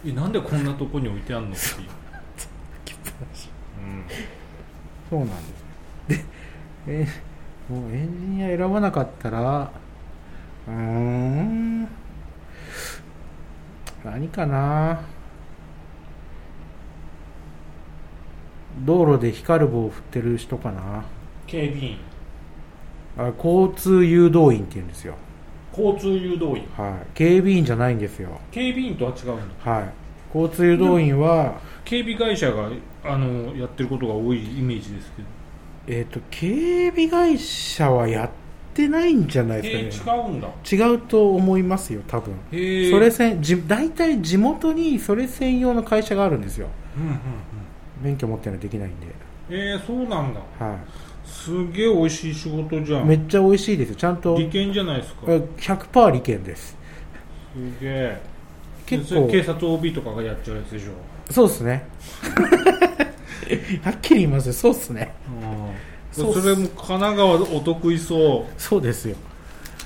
Speaker 2: り [LAUGHS] えなんでこんなとこに置いてあんのっていう、うん、
Speaker 1: そうなんですでえーもうエンジニア選ばなかったらうーん何かな道路で光る棒を振ってる人かな
Speaker 2: 警備員
Speaker 1: あ交通誘導員って言うんですよ
Speaker 2: 交通誘導員
Speaker 1: はい警備員じゃないんですよ
Speaker 2: 警備員とは違うんだ
Speaker 1: はい交通誘導員は、
Speaker 2: 警備会社があのやってることが多いイメージですけど
Speaker 1: えっ、と警備会社はやってないんじゃない
Speaker 2: え
Speaker 1: ですかね、
Speaker 2: ー、違うんだ
Speaker 1: 違うと思いますよ多分
Speaker 2: へー
Speaker 1: それ専じ大体地元にそれ専用の会社があるんですよ
Speaker 2: うんうんうん
Speaker 1: 免許持ってないとできないんで、
Speaker 2: えー、そうなんだ
Speaker 1: は
Speaker 2: すげえ美味しい仕事じゃ
Speaker 1: い、め
Speaker 2: ん
Speaker 1: っちゃ美味しいですよちゃんと
Speaker 2: 利権じゃないですか
Speaker 1: え100%利権です
Speaker 2: すげえ
Speaker 1: 結
Speaker 2: それ
Speaker 1: 構
Speaker 2: 警察 OB とかがやっちゃうやつでしょ
Speaker 1: そうっすね [LAUGHS] はっきり言いますよそうっすねそう
Speaker 2: そ
Speaker 1: っす
Speaker 2: れも神奈川お得意そ
Speaker 1: そうですよ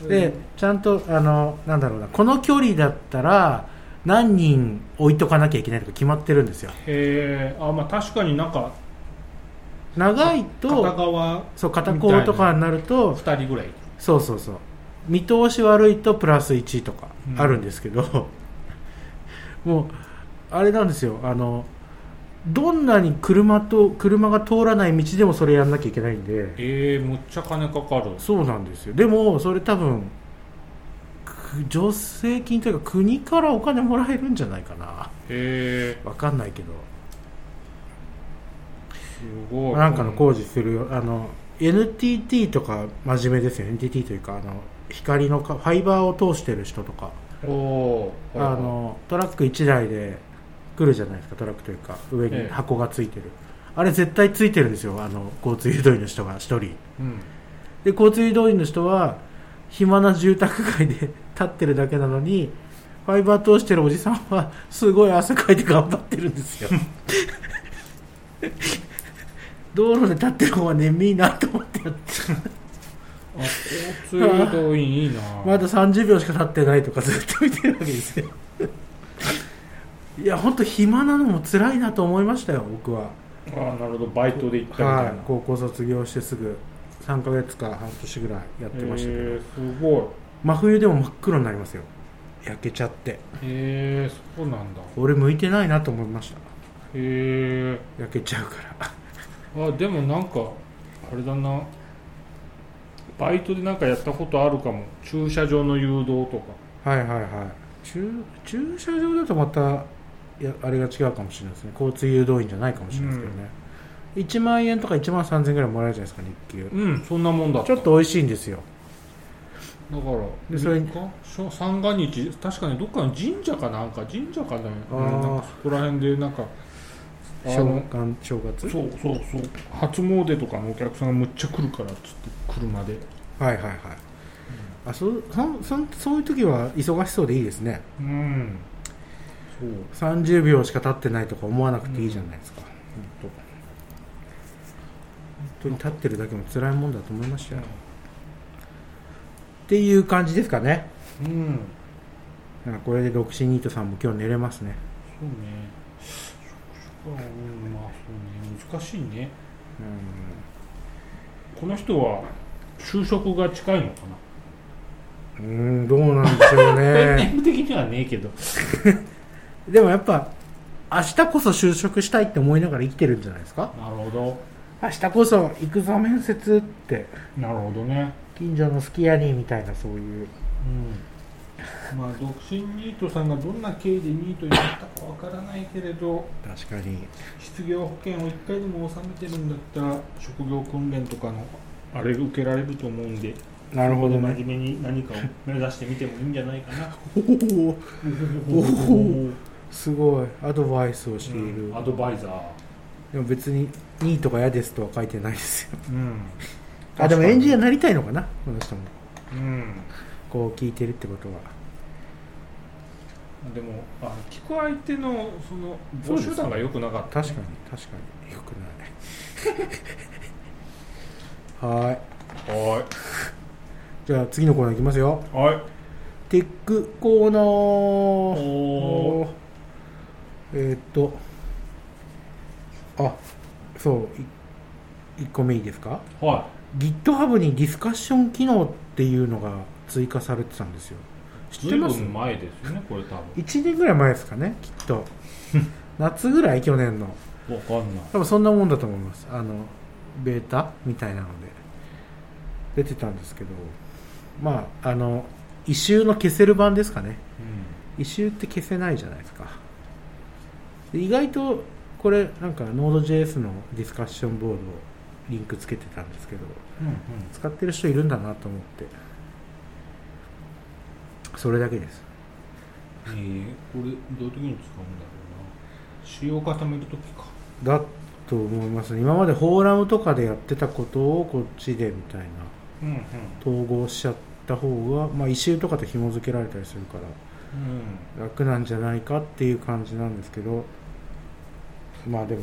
Speaker 2: う
Speaker 1: でちゃんとあのなんだろうなこの距離だったら何人置いとかなきゃいけないとか決まってるんですよ
Speaker 2: へえあまあ確かになんか
Speaker 1: 長い
Speaker 2: 片
Speaker 1: と
Speaker 2: 側
Speaker 1: そう片方とかになると
Speaker 2: 2人ぐらい
Speaker 1: そうそうそう見通し悪いとプラス1とか
Speaker 2: うん
Speaker 1: あるんですけど、 [LAUGHS] もうあれなんですよあのどんなに車と車が通らない道でもそれやんなきゃいけないんで
Speaker 2: ええむっちゃ金かかる
Speaker 1: そうなんですよでもそれ多分く助成金というか国からお金もらえるんじゃないかな
Speaker 2: へえ
Speaker 1: わかんないけど
Speaker 2: すごい
Speaker 1: なんかの工事するよあの NTT とか真面目ですよ NTT というかあの光のかファイバーを通してる人とか
Speaker 2: おお
Speaker 1: あのトラック1台で来るじゃないですかトラックというか上
Speaker 2: え
Speaker 1: に
Speaker 2: え
Speaker 1: 箱がついてる、あれ絶対ついてるんですよあの交通誘導員の人が1人
Speaker 2: うん
Speaker 1: で交通誘導員の人は暇な住宅街で [LAUGHS] 立ってるだけなのにファイバー通してるおじさんはすごい汗かいて頑張ってるんです [LAUGHS] よ道路で立ってる方は眠いなと思ってやって
Speaker 2: あ交通誘導員いいな
Speaker 1: [LAUGHS] まだ30秒しか経ってないとかずっと見てるわけですよいや本当暇なのも辛いなと思いましたよ僕は、
Speaker 2: ああなるほどバイトで行ったみたいな
Speaker 1: はい、高校卒業してすぐ3ヶ月か半年ぐらいやってましたけど、
Speaker 2: へえすごい
Speaker 1: 真冬でも真っ黒になりますよ焼けちゃって
Speaker 2: へえそうなんだへ
Speaker 1: 俺向いてないなと思いました
Speaker 2: え
Speaker 1: 焼けちゃうから
Speaker 2: あでもなんかあれだなバイトでなんかやったことあるかも駐車場の誘導とか
Speaker 1: はいはいはい駐駐車場だとまたいやあれが違うかもしれないですね交通誘導員じゃないかもしれないですけどね、1万円とか1万3000円ぐらいもらえるじゃないですか日給
Speaker 2: うんそんなもんだ
Speaker 1: ちょっと美味しいんですよ
Speaker 2: だから
Speaker 1: でそれ
Speaker 2: 三日そう三が日確かにどっかの神社かなんか神社かね
Speaker 1: あー
Speaker 2: うんなんかそこら辺でなんかあ
Speaker 1: 正
Speaker 2: の
Speaker 1: 月正月
Speaker 2: そうそうそう初詣とかのお客さんがむっちゃ来るからっつって車で
Speaker 1: はいはいはい、あそうそそそういう時は忙しそうでいいですね
Speaker 2: うんそう
Speaker 1: 30秒しか経ってないとか思わなくていいじゃないですか、本当本当に立ってるだけも辛いもんだと思いましたよ、っていう感じですかね
Speaker 2: うん
Speaker 1: なんかこれで独身ニートさんも今日寝れますね
Speaker 2: そうねそっかうんまあそうね難しいねこの人は就職が近いのか
Speaker 1: う
Speaker 2: な
Speaker 1: んうんどうなんでしょう
Speaker 2: [LAUGHS] タイ
Speaker 1: ね [LAUGHS]
Speaker 2: ミング的にはねえけど
Speaker 1: でもやっぱ明日こそ就職したいって思いながら生きてるんじゃないですか
Speaker 2: なるほど
Speaker 1: 明日こそ行くぞ面接って
Speaker 2: なるほどね
Speaker 1: 近所のすき家にみたいなそういう
Speaker 2: うんまあ独身ニートさんがどんな経緯でニートになったかわからないけれど
Speaker 1: 確かに
Speaker 2: 失業保険を1回でも納めてるんだったら職業訓練とかのあれ受けられると思うんで
Speaker 1: なるほどね
Speaker 2: 真面目に何かを目指してみてもいいんじゃないかな
Speaker 1: おー
Speaker 2: お
Speaker 1: おすごいアドバイスをしている、
Speaker 2: アドバイザー
Speaker 1: でも別にニートが嫌ですとは書いてないですよ
Speaker 2: うん
Speaker 1: あでもエンジニアになりたいのかなこの人も
Speaker 2: うん
Speaker 1: こう聞いてるってことは
Speaker 2: でもあ聞く相手のその
Speaker 1: そう
Speaker 2: 募
Speaker 1: です
Speaker 2: 集団が良くなかった
Speaker 1: 確かに確かによくないはーい
Speaker 2: は
Speaker 1: じゃあ次のコーナーいきますよ
Speaker 2: いはい
Speaker 1: テックコーナー
Speaker 2: おー
Speaker 1: えーっとあそう1個目いいですか
Speaker 2: は
Speaker 1: GitHub にディスカッション機能っていうのが追加されてたんですよ
Speaker 2: い
Speaker 1: 知ってます
Speaker 2: 随分前ですよねこれ多分
Speaker 1: 1年ぐらい前ですかねきっと夏ぐらい去年の
Speaker 2: わかんない
Speaker 1: 多分そんなもんだと思いますあのベータみたいなので出てたんですけどまああの異臭の消せる版ですかね異臭って消せないじゃないですかで意外とこれなんか Node.js のディスカッションボードをリンクつけてたんですけど
Speaker 2: うんうん
Speaker 1: 使ってる人いるんだなと思ってそれだけです
Speaker 2: えー、これどういう時に使うんだろうな使用固める時か
Speaker 1: だと思いますね今までフォーラムとかでやってたことをこっちでみたいな
Speaker 2: うんうん
Speaker 1: 統合しちゃった方が、まあ、異臭とかと紐付けられたりするから楽なんじゃないかっていう感じなんですけどまあでも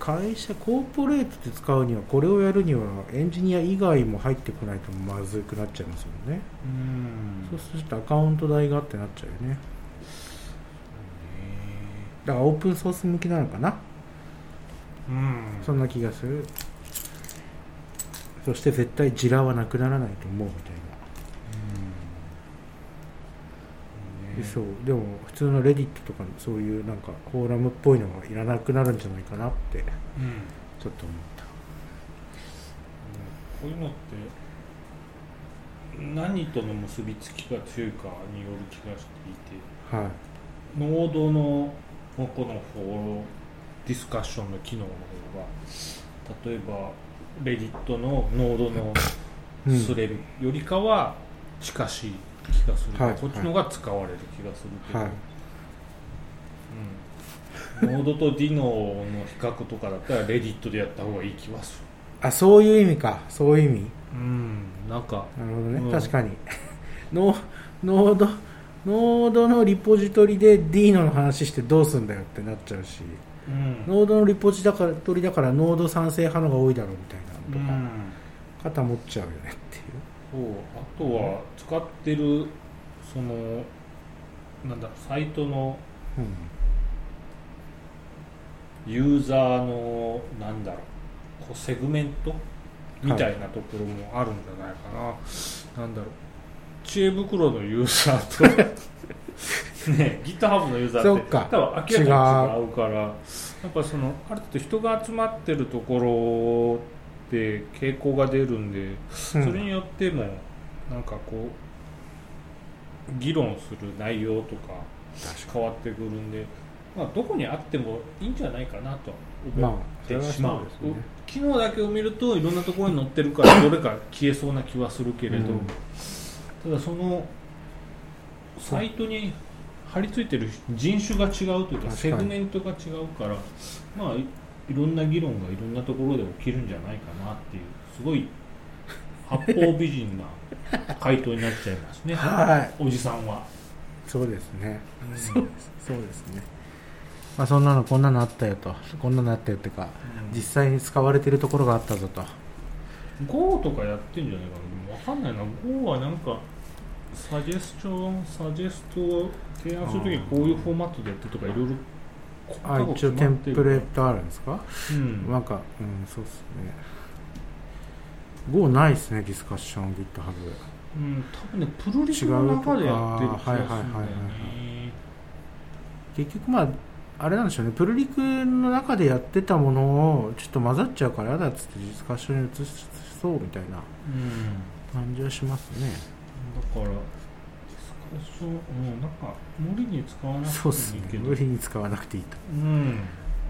Speaker 1: 会社コーポレートで使うにはこれをやるにはエンジニア以外も入ってこないとまずくなっちゃいますよね、
Speaker 2: うん
Speaker 1: そうするとアカウント代がってなっちゃうよねだからオープンソース向きなのかな
Speaker 2: うん
Speaker 1: そんな気がするそして絶対ジラはなくならないと思うみたいな
Speaker 2: うん
Speaker 1: そうでも普通のレディットとかのそういうなんかフォーラムっぽいのがいらなくなるんじゃないかなって
Speaker 2: うん
Speaker 1: ちょっと思った
Speaker 2: こういうのって何との結びつきが強いかによる気がしていて
Speaker 1: はい
Speaker 2: ノードのここのフォーディスカッションの機能の方が例えばレディットのノードの
Speaker 1: うん
Speaker 2: スレよりかは近しい気がする、
Speaker 1: はい
Speaker 2: こっちのが使われる気がするけど、
Speaker 1: はい
Speaker 2: うん、ノードとディノの比較とかだったらレディットでやった方がいい気はする
Speaker 1: あそういう意味かそういう意味
Speaker 2: うんなんか
Speaker 1: なるほどね、
Speaker 2: うん
Speaker 1: 確かに [LAUGHS] ノノードノードのリポジトリで D の話してどうすんだよってなっちゃうし
Speaker 2: うん
Speaker 1: ノードのリポジだからトリだからノード賛成派のが多いだろうみたいなのとか、肩持っちゃうよねっていう
Speaker 2: そうあとは使ってるそのなんだサイトのユーザーのなんだろうこうセグメントみたいなところもあるんじゃないかな、なんだろう知恵袋のユーザー
Speaker 1: [LAUGHS]
Speaker 2: とね GitHub のユーザー
Speaker 1: そ
Speaker 2: っ
Speaker 1: ってか
Speaker 2: 多分明らかに違うからやっぱそのある程度人が集まってるところって傾向が出るんで
Speaker 1: うん、
Speaker 2: それによってもなんかこう議論する内容とか変わってくるんで、まあ、どこにあってもいいんじゃないかなとは
Speaker 1: うんまあ
Speaker 2: 思っ
Speaker 1: それは
Speaker 2: てしまう,、
Speaker 1: そうですね
Speaker 2: 機能だけを見るといろんなところに載ってるからどれか消えそうな気はするけれど、
Speaker 1: うん
Speaker 2: ただそのサイトに貼り付いてる人種が違うとい
Speaker 1: 確か
Speaker 2: うか
Speaker 1: に
Speaker 2: セグメントが違うからまあいいろんな議論がいろんなところで起きるんじゃないかなっていうすごい八方美人な回答になっちゃいますね
Speaker 1: [LAUGHS] はい
Speaker 2: おじさんは。
Speaker 1: そうですねそうですね、まあ、そんなのこんなのあったよとこんなのあったよってか実際に使われてるところがあったぞと
Speaker 2: GO とかやってんじゃないかなでもわかんないな GO はなんかサジェスチョンサジェストを提案するときにこういうフォーマットでやってとかいろいろ
Speaker 1: あ一応テンプレートあるんですか
Speaker 2: うん
Speaker 1: なんか、うん、そうっすね。GO ないっすね、ディスカッション、GitHub。
Speaker 2: うん、多分ねプロリスの中でやってる気
Speaker 1: 違う
Speaker 2: がするんだよ
Speaker 1: とかはいはいはい
Speaker 2: ね
Speaker 1: 結局、まあ、あれなんでしょうね、プルリクの中でやってたものを、ちょっと混ざっちゃうから嫌だっつってディスカッションに移しそうみたいな
Speaker 2: うん
Speaker 1: 感じはしますね。
Speaker 2: だからディスカッションうんなんか無理に使わな
Speaker 1: そう
Speaker 2: く
Speaker 1: ってす
Speaker 2: もい
Speaker 1: ね
Speaker 2: い。けど
Speaker 1: 無理に使わなくていいと。
Speaker 2: うん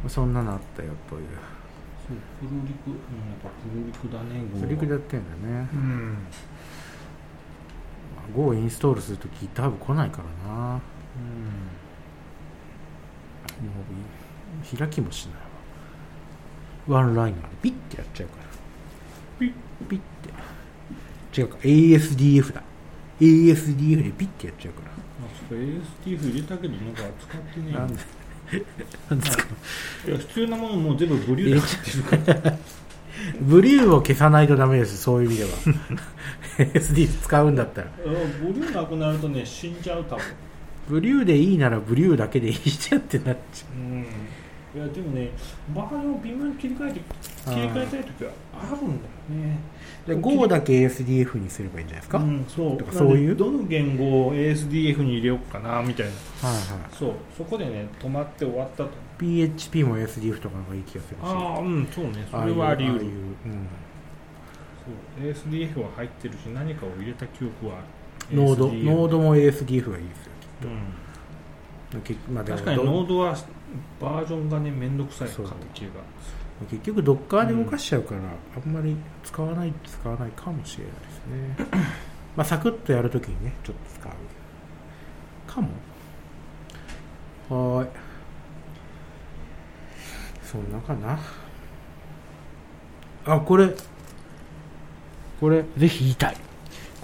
Speaker 1: そんなのあったよ、という。
Speaker 2: そうプロリクうんやっぱプロリクだね GO
Speaker 1: プルリクでやってんだよね
Speaker 2: う。ん
Speaker 1: GO インストールすると GitHub 来ないからな。も
Speaker 2: うん
Speaker 1: う開きもしないわ。ワンラインでピッてやっちゃうから。
Speaker 2: ピッ
Speaker 1: ピッて違うか ASDF だ ASDF でピッてやっちゃうか
Speaker 2: まあちょっと ASTF 入れたけどなんか使ってねえ
Speaker 1: らなんでなんですか
Speaker 2: いや必要なものもう全部ブリューで入ってるから
Speaker 1: [LAUGHS] ブリューを消さないとダメですそういう意味では [LAUGHS] ASDF 使うんだったら
Speaker 2: うんブリューなくなるとね死んじゃう多分
Speaker 1: ブリューでいいならブリューだけでいいじゃんってなっち
Speaker 2: うんいやでもねバージョンを微妙に切り替えて
Speaker 1: あー
Speaker 2: 切り替えたい時はあるんだよね
Speaker 1: ゃう GO だけ ASDF にすればいいんじゃないですか、
Speaker 2: う
Speaker 1: はい
Speaker 2: んそう
Speaker 1: とかそういう
Speaker 2: なんでどの言語を ASDF に入れようかなみたいな
Speaker 1: は
Speaker 2: そうそこでね止まって終わった
Speaker 1: い
Speaker 2: と
Speaker 1: PHP も ASDF とかの方がいい気がするし
Speaker 2: ああうんそうねそ
Speaker 1: ああい
Speaker 2: れ
Speaker 1: う
Speaker 2: はあり
Speaker 1: あ
Speaker 2: 得
Speaker 1: あいう
Speaker 2: る
Speaker 1: うん
Speaker 2: そう ASDF は入ってるし何かを入れた記憶はある
Speaker 1: ノード
Speaker 2: ASDF
Speaker 1: ノードも ASDF がいいですよ
Speaker 2: うん
Speaker 1: 結まあでも
Speaker 2: 確かに
Speaker 1: ど
Speaker 2: ノードはバージョンがね面倒くさい
Speaker 1: そう
Speaker 2: かって気が
Speaker 1: 結局ドッカーで動かしちゃうから、あんまり使わない使わないかもしれないですねまあサクッとやるときにねちょっと使うかもはーいそんなかなあこれこれぜひ言いたい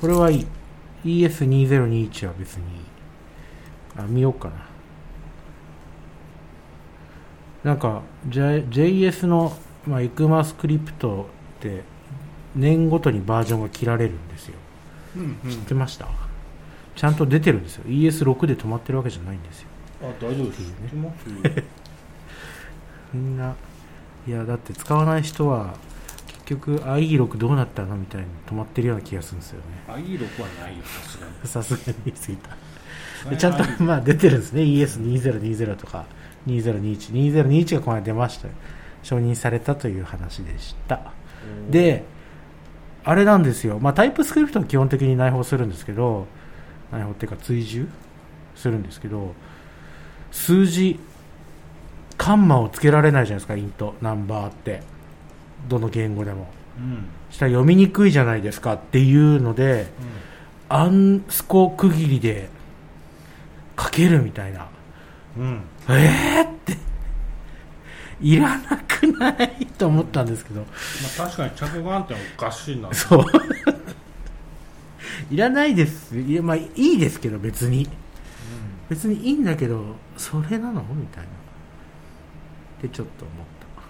Speaker 1: これはいい ES2021 は別にあ見ようかななんか、J、JS の、まあ、エクマスクリプトって年ごとにバージョンが切られるんですよ
Speaker 2: うんうん
Speaker 1: 知ってました、ちゃんと出てるんですよ ES6 で止まってるわけじゃないんですよ
Speaker 2: あ大丈夫です知ってますよ
Speaker 1: みんないやだって使わない人は結局 IE6 どうなったのみたいに止まってるような気がするんですよね [LAUGHS]
Speaker 2: IE6 はないよさすがに
Speaker 1: さすがに言い過ぎたで
Speaker 2: に
Speaker 1: ちゃんと
Speaker 2: IE6
Speaker 1: まあ出てるんですね ES2020 とか2021 2021がこの間出ましたよ承認されたという話でしたであれなんですよ、まあ、タイプスクリプトは基本的に内包するんですけど内包っていうか追従するんですけど数字カンマをつけられないじゃないですかイントナンバーってどの言語でも
Speaker 2: うん
Speaker 1: したら読みにくいじゃないですかっていうのでアンスコ区切りで書けるみたいな
Speaker 2: うんうん
Speaker 1: えーって [LAUGHS] いらなくないと思ったんですけど
Speaker 2: まあ確かに着眼点おかしいな
Speaker 1: そう。 [LAUGHS] いらないです。いや、まあ、いいですけど、別に。別にいいんだけど、それなのみたいな。ってちょっと思った。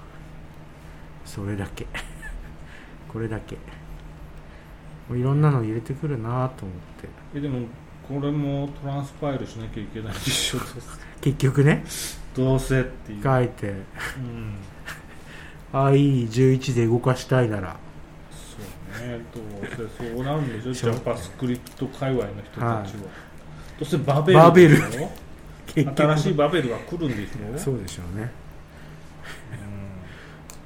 Speaker 1: それだけ。 [LAUGHS] これだけ。もういろんなの入れてくるなと思って。
Speaker 2: えでもこれもトランスパイルしなきゃいけないでしょどうせ
Speaker 1: 結局ね、
Speaker 2: [LAUGHS] どうせっていう、
Speaker 1: 書いて、
Speaker 2: うん、
Speaker 1: IE11 で動かしたいなら、
Speaker 2: そうねどうせ [LAUGHS] そうなるんでしょジ
Speaker 1: そう
Speaker 2: ャパスクリプト界隈の人たちは、
Speaker 1: はい
Speaker 2: どうせバベルでしょ
Speaker 1: 結局。
Speaker 2: 新しいバベルが来るんでしょ
Speaker 1: そうでしょうね。
Speaker 2: うん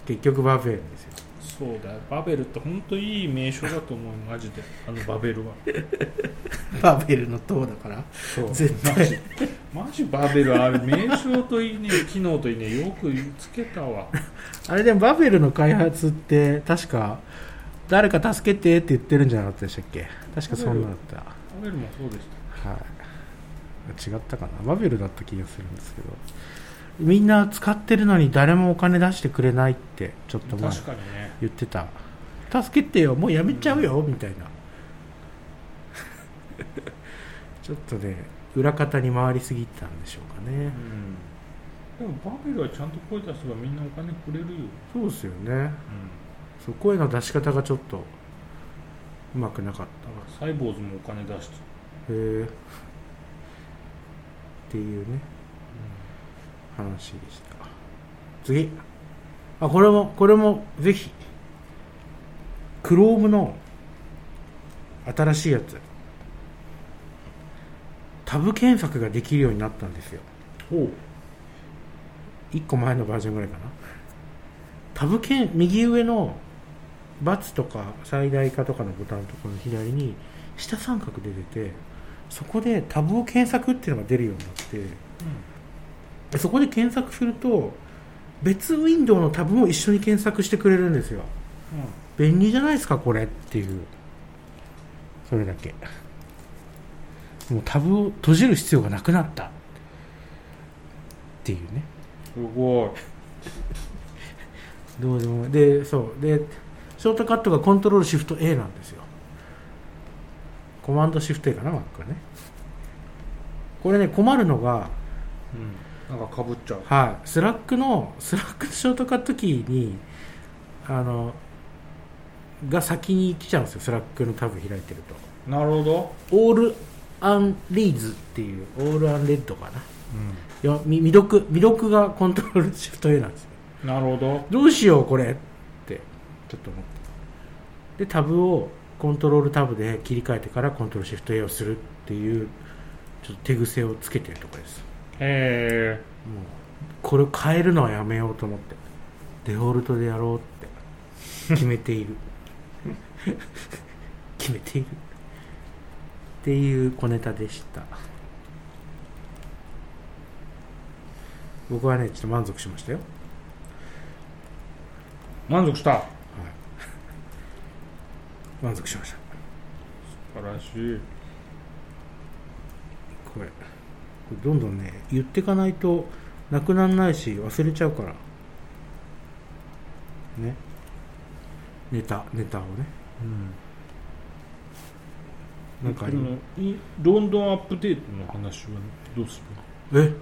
Speaker 1: 結局バフェルですよ。
Speaker 2: そうだよバベルって本当いい名称だと思うマジであのバベルは
Speaker 1: バフェルの塔だから。
Speaker 2: そう
Speaker 1: 絶
Speaker 2: マジマジバベルあれ名称といいね機能といいねよくつけたわ
Speaker 1: あれでもバベルの開発って確か誰か助けてって言ってるんじゃなかったでしたっけ確かそんなだった、
Speaker 2: バベルもそうでした
Speaker 1: はい、違ったかなバベルだった気がするんですけどみんな使ってるのに誰もお金出してくれないってちょっと前
Speaker 2: 確かにね
Speaker 1: 言ってた助けてよもうやめちゃうよ、みたいな [LAUGHS] ちょっとね裏方に回りすぎたんでしょうかね
Speaker 2: でもバベルはちゃんと声出せばみんなお金くれるよ、
Speaker 1: そうですよねそう声の出し方がちょっとうまくなかった
Speaker 2: だからサイボーズもお金出して、
Speaker 1: へえっていうね話でした次あこれもこれもぜひ Chrome の新しいやつタブ検索ができるようになったんですよ
Speaker 2: ほう
Speaker 1: 1個前のバージョンぐらいかなタブ検右上のバツとか最大化とかのボタンのところの左に下三角で出ててそこでタブを検索っていうのが出るようになってそこで検索すると別ウィンドウのタブも一緒に検索してくれるんですよ便利じゃないですかこれっていうそれだけもうタブを閉じる必要がなくなったっていうね
Speaker 2: すごい
Speaker 1: どうでもでそうでショートカットがコントロールシフト A なんですよコマンドシフト A かな Mac はねこれね困るのが
Speaker 2: なんかかぶっちゃう
Speaker 1: はいスラックのスラックのショートカットキーにあのが先に来ちゃうんですよスラックのタブ開いてると
Speaker 2: なるほど、
Speaker 1: オールアンリーズっていうオールアンレッドかなよみ未読未読がコントロールシフト A なんですよ
Speaker 2: なるほど
Speaker 1: どうしようこれってちょっと思ってでタブをコントロールタブで切り替えてからコントロールシフト A をするっていうちょっと手癖をつけてるところですも
Speaker 2: へえ
Speaker 1: うこれを変えるのはやめようと思ってデフォルトでやろうって決めている [LAUGHS] 決めているっていう小ネタでした僕はねちょっと満足しましたよ
Speaker 2: 満足した
Speaker 1: 満足しました
Speaker 2: 素晴らしい
Speaker 1: これこれどんどんね言ってかないとなくならないし忘れちゃうからねネタネタをねなんかあり
Speaker 2: でもいロンドンアップデートの話はどうする
Speaker 1: え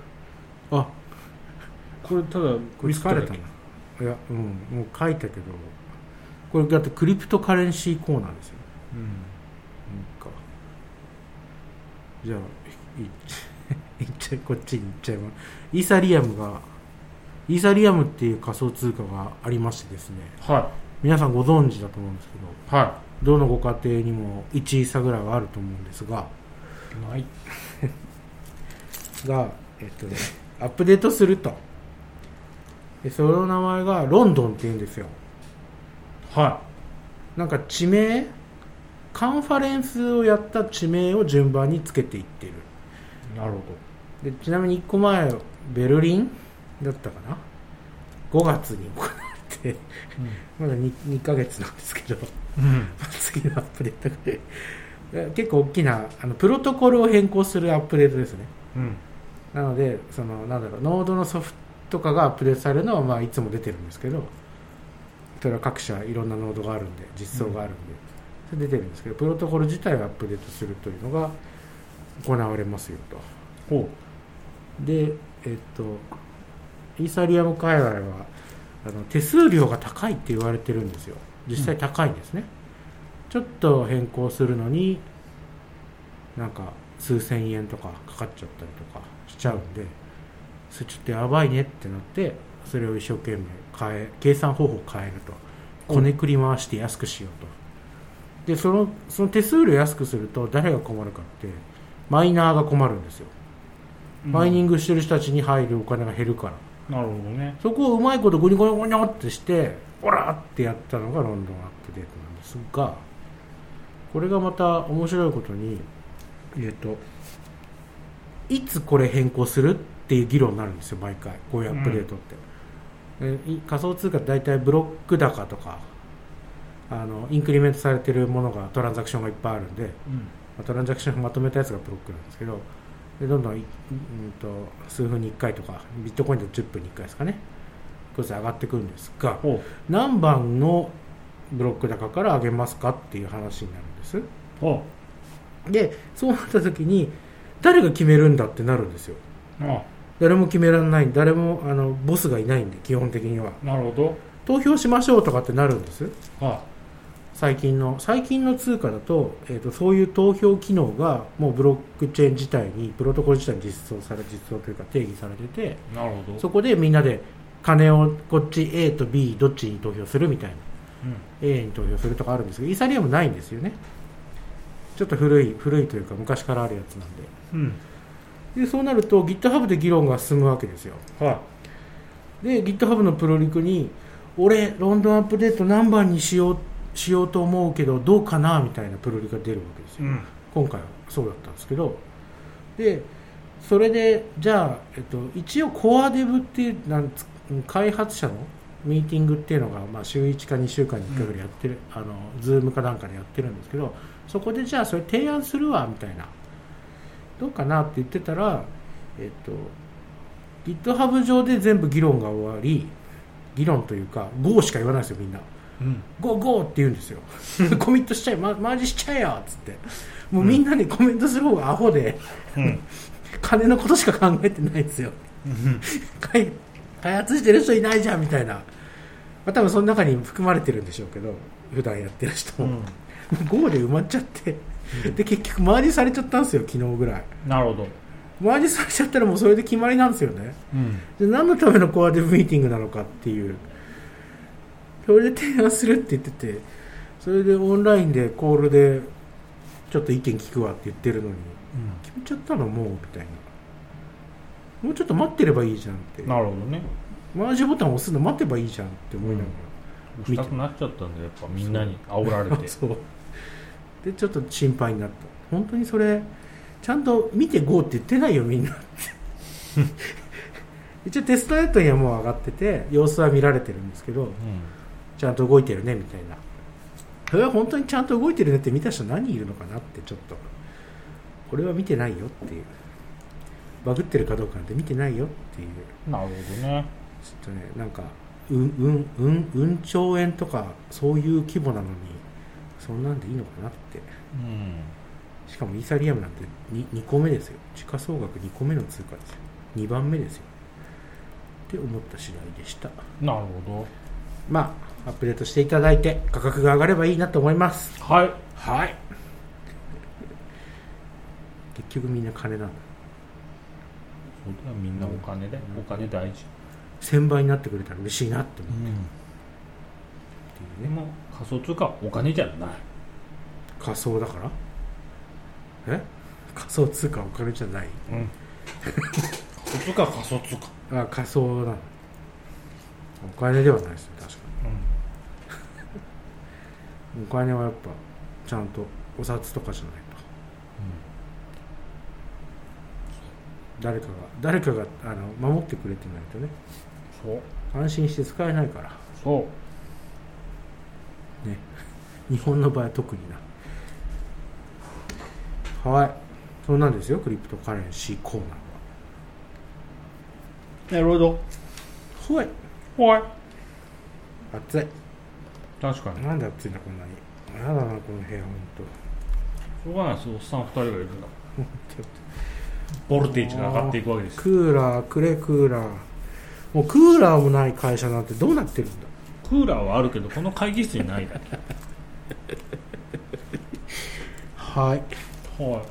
Speaker 1: あ
Speaker 2: これただ
Speaker 1: これ
Speaker 2: 見つか
Speaker 1: 疲れたな。いや、うん、もう書いたけど、これだってクリプトカレンシーコーナーですよ。
Speaker 2: う
Speaker 1: なんかじゃあ、いいっちいっちゃい、こっちに行っちゃいます。イーサリアムが、イーサリアムっていう仮想通貨がありましてですね、
Speaker 2: ん、は
Speaker 1: 皆さんご存知だと思うんですけど、
Speaker 2: いは
Speaker 1: どのご家庭にも1イーサぐらいはあると思うんですが、
Speaker 2: いない
Speaker 1: が、えっとね、アップデートすると。でその名前がロンドンっていうんですよ。
Speaker 2: は
Speaker 1: なんか地名カンファレンスをやった地名を順番につけていってる
Speaker 2: いなるほ
Speaker 1: でちなみに1個前ベルリンだったかな5月に行われてまだ 2, 2ヶ月なんですけど [LAUGHS]
Speaker 2: ど、うん、
Speaker 1: 次のアップデートがえ結構大きなあのプロトコルを変更するアップデートですね
Speaker 2: うん、
Speaker 1: なのでそのなんだろうノードのソフト化がアップデートされるのは、まあ、いつも出てるんですけどそれは各社いろんなノードがあるんで実装があるんで、それ出てるんですけどプロトコル自体をアップデートするというのが行われますよと
Speaker 2: ほ
Speaker 1: でえっとイーサリアム界隈はあの手数料が高いって言われてるんですよ実際高いんですね、ちょっと変更するのになんか数千円とかかかっちゃったりとかしちゃうんでそれちょっとやばいねってなってそれを一生懸命変え計算方法を変えるとこねくり回して安くしようとでそのその手数料安くすると誰が困るかってマイナーが困るんですよ
Speaker 2: う
Speaker 1: マイニン
Speaker 2: グ、
Speaker 1: グしてる人たちに入るお金が減るから、
Speaker 2: なるほどね
Speaker 1: そこをうまいことゴニゴニゴニョってしてオラってやったのがロンドンアップデートなんですがこれがまた面白いことにえっといつこれ変更するっていう議論になるんですよ毎回こういうアップデートって、えい仮想通貨って大体ブロック高とかあのインクリメントされてるものがトランザクションがいっぱいあるんで、
Speaker 2: うん
Speaker 1: まあトランザクションを [LAUGHS] まとめたやつがブロックなんですけど、でどんどんい、うんと数分に1回とか、ビットコインで10分に1回ですかね、こいつ上がってくるんですが、
Speaker 2: ほ
Speaker 1: 何番のブロック高から上げますかっていう話になるんです。
Speaker 2: うほ
Speaker 1: で、そうなった時に、誰が決めるんだってなるんですよ。
Speaker 2: うあ
Speaker 1: 誰も決められない、誰もあのボスがいないんで、基本的には。
Speaker 2: なるほ
Speaker 1: 投票しましょうとかってなるんです。
Speaker 2: どは
Speaker 1: 最近の最近の通貨だと,、えー、とそういう投票機能がもうブロックチェーン自体にプロトコル自体に実装され実装というか定義されてて
Speaker 2: いなるほど
Speaker 1: そこでみんなで金をこっち A と B どっちに投票するみたいな
Speaker 2: うん、
Speaker 1: A に投票するとかあるんですけどイーサリアムないんですよねちょっと古い古いというか昔からあるやつなんで
Speaker 2: うん、
Speaker 1: でそうなると GitHub で議論が進むわけですよ
Speaker 2: は
Speaker 1: で GitHub のプロリクに俺ロンドンアップデート何番にしようしようと思うけどどうかなみたいなプロリクが出るわけです
Speaker 2: い、
Speaker 1: よ、
Speaker 2: ん、
Speaker 1: 今回はそうだったんですけどでそれでじゃあ、えっと、一応コアデブっていうなんつ開発者のミーティングっていうのが、まあ、週1か2週間に1回ぐらいやってる、あのズームかなんかでやってるんですけどそこでじゃあそれ提案するわみたいなどうかなって言ってたら、えっと、GitHub 上で全部議論が終わり議論というか GO しか言わないですよみんな
Speaker 2: うん、
Speaker 1: ゴーゴーって言うん
Speaker 2: [LAUGHS]
Speaker 1: ですよコミットしちゃえ、ま、マージしちゃえよっつってもうみんなにコメントする方がアホで、
Speaker 2: うん、
Speaker 1: 金のことしか考えてないんですよ開開発してる人いないじゃんみたいな、まあ、多分その中に含まれてるんでしょうけど普段やってる人
Speaker 2: う
Speaker 1: も、
Speaker 2: ん、
Speaker 1: ゴーで埋まっちゃってで結局マージされちゃったんですよ昨日ぐらい
Speaker 2: なるほど、
Speaker 1: マージされちゃったらもうそれで決まりなんですよね
Speaker 2: うん、
Speaker 1: で何のためのコアデブミーティングなのかっていうそれで提案するって言っててそれでオンラインでコールでちょっと意見聞くわって言ってるのに決めちゃったのもうみたいなもうちょっと待ってればいいじゃんって
Speaker 2: なるほどね
Speaker 1: マージボタン押すの待てばいいじゃんって思いなが
Speaker 2: 押したくなっちゃったんでやっぱみんなに煽られ
Speaker 1: ら、
Speaker 2: [LAUGHS]
Speaker 1: [LAUGHS]
Speaker 2: て
Speaker 1: そうでちょっと心配になった本当にそれちゃんと見て GO って言ってないよみんな [LAUGHS] って一応テストネットにはもう上がってて様子は見られてるんですけど、
Speaker 2: う、
Speaker 1: ちゃんと動いてるねみたいなそれは本当にちゃんと動いてるねって見た人何いるのかなってちょっと俺は見てないよっていうバグってるかどうかなんて見てないよっていうん
Speaker 2: なるほどね
Speaker 1: ちょっとねなんかうんうんうんうん兆円とかそういう規模なのにそんなんでいいのかなって
Speaker 2: うん
Speaker 1: ししかもイーサリアムなんて 2, 2個目ですよ時価総額2個目の通貨ですよ2番目ですよって思った次第でした
Speaker 2: なるほ
Speaker 1: まあアップデートしていただいて価格が上がればいいなと思います
Speaker 2: どはい
Speaker 1: はい結局みんな金なんだ
Speaker 2: みんなお金で、お金大事、
Speaker 1: 1000倍になってくれたら嬉しいなって思うってい
Speaker 2: で
Speaker 1: うね
Speaker 2: も仮想通貨はお金じゃない
Speaker 1: 仮想だからえ仮想通貨お金じゃない
Speaker 2: うん仮想通貨は仮想通貨
Speaker 1: あ仮想なのお金ではないですね確かにお金はやっぱちゃんとお札とかじゃないと、誰かが誰かがあの守ってくれてないとね
Speaker 2: そう
Speaker 1: 安心して使えないから
Speaker 2: そう
Speaker 1: 日本の場合は特になはいそうなんですよクリプトカレンシーコーナ
Speaker 2: なるほど
Speaker 1: ーははい
Speaker 2: はい
Speaker 1: 暑い
Speaker 2: 確かに
Speaker 1: なんで暑いんだこんなにやだなこの部屋ほんと
Speaker 2: しょうがないですおっさん二人がいるんだ [LAUGHS] ボルテージが上がっていくわけです
Speaker 1: クーラーくれクーラーもうクーラーもない会社なんてどうなってるんだ
Speaker 2: クーラーはあるけどこの会議室にないだけ
Speaker 1: はい
Speaker 2: はい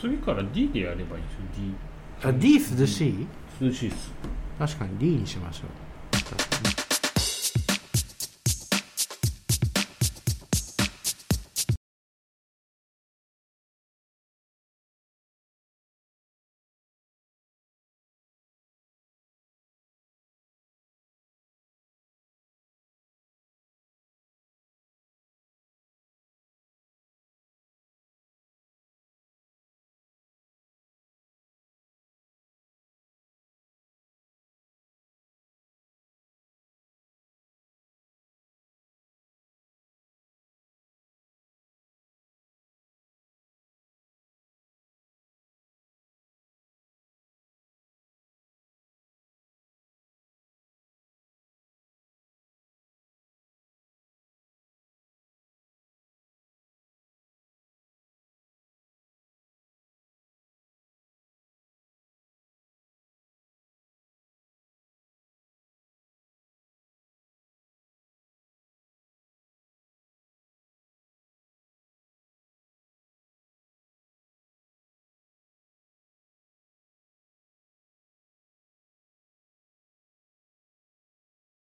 Speaker 2: 次から D でやればいいですよ
Speaker 1: あ D 涼しい
Speaker 2: D 涼しいっす
Speaker 1: 確かに D にしましょう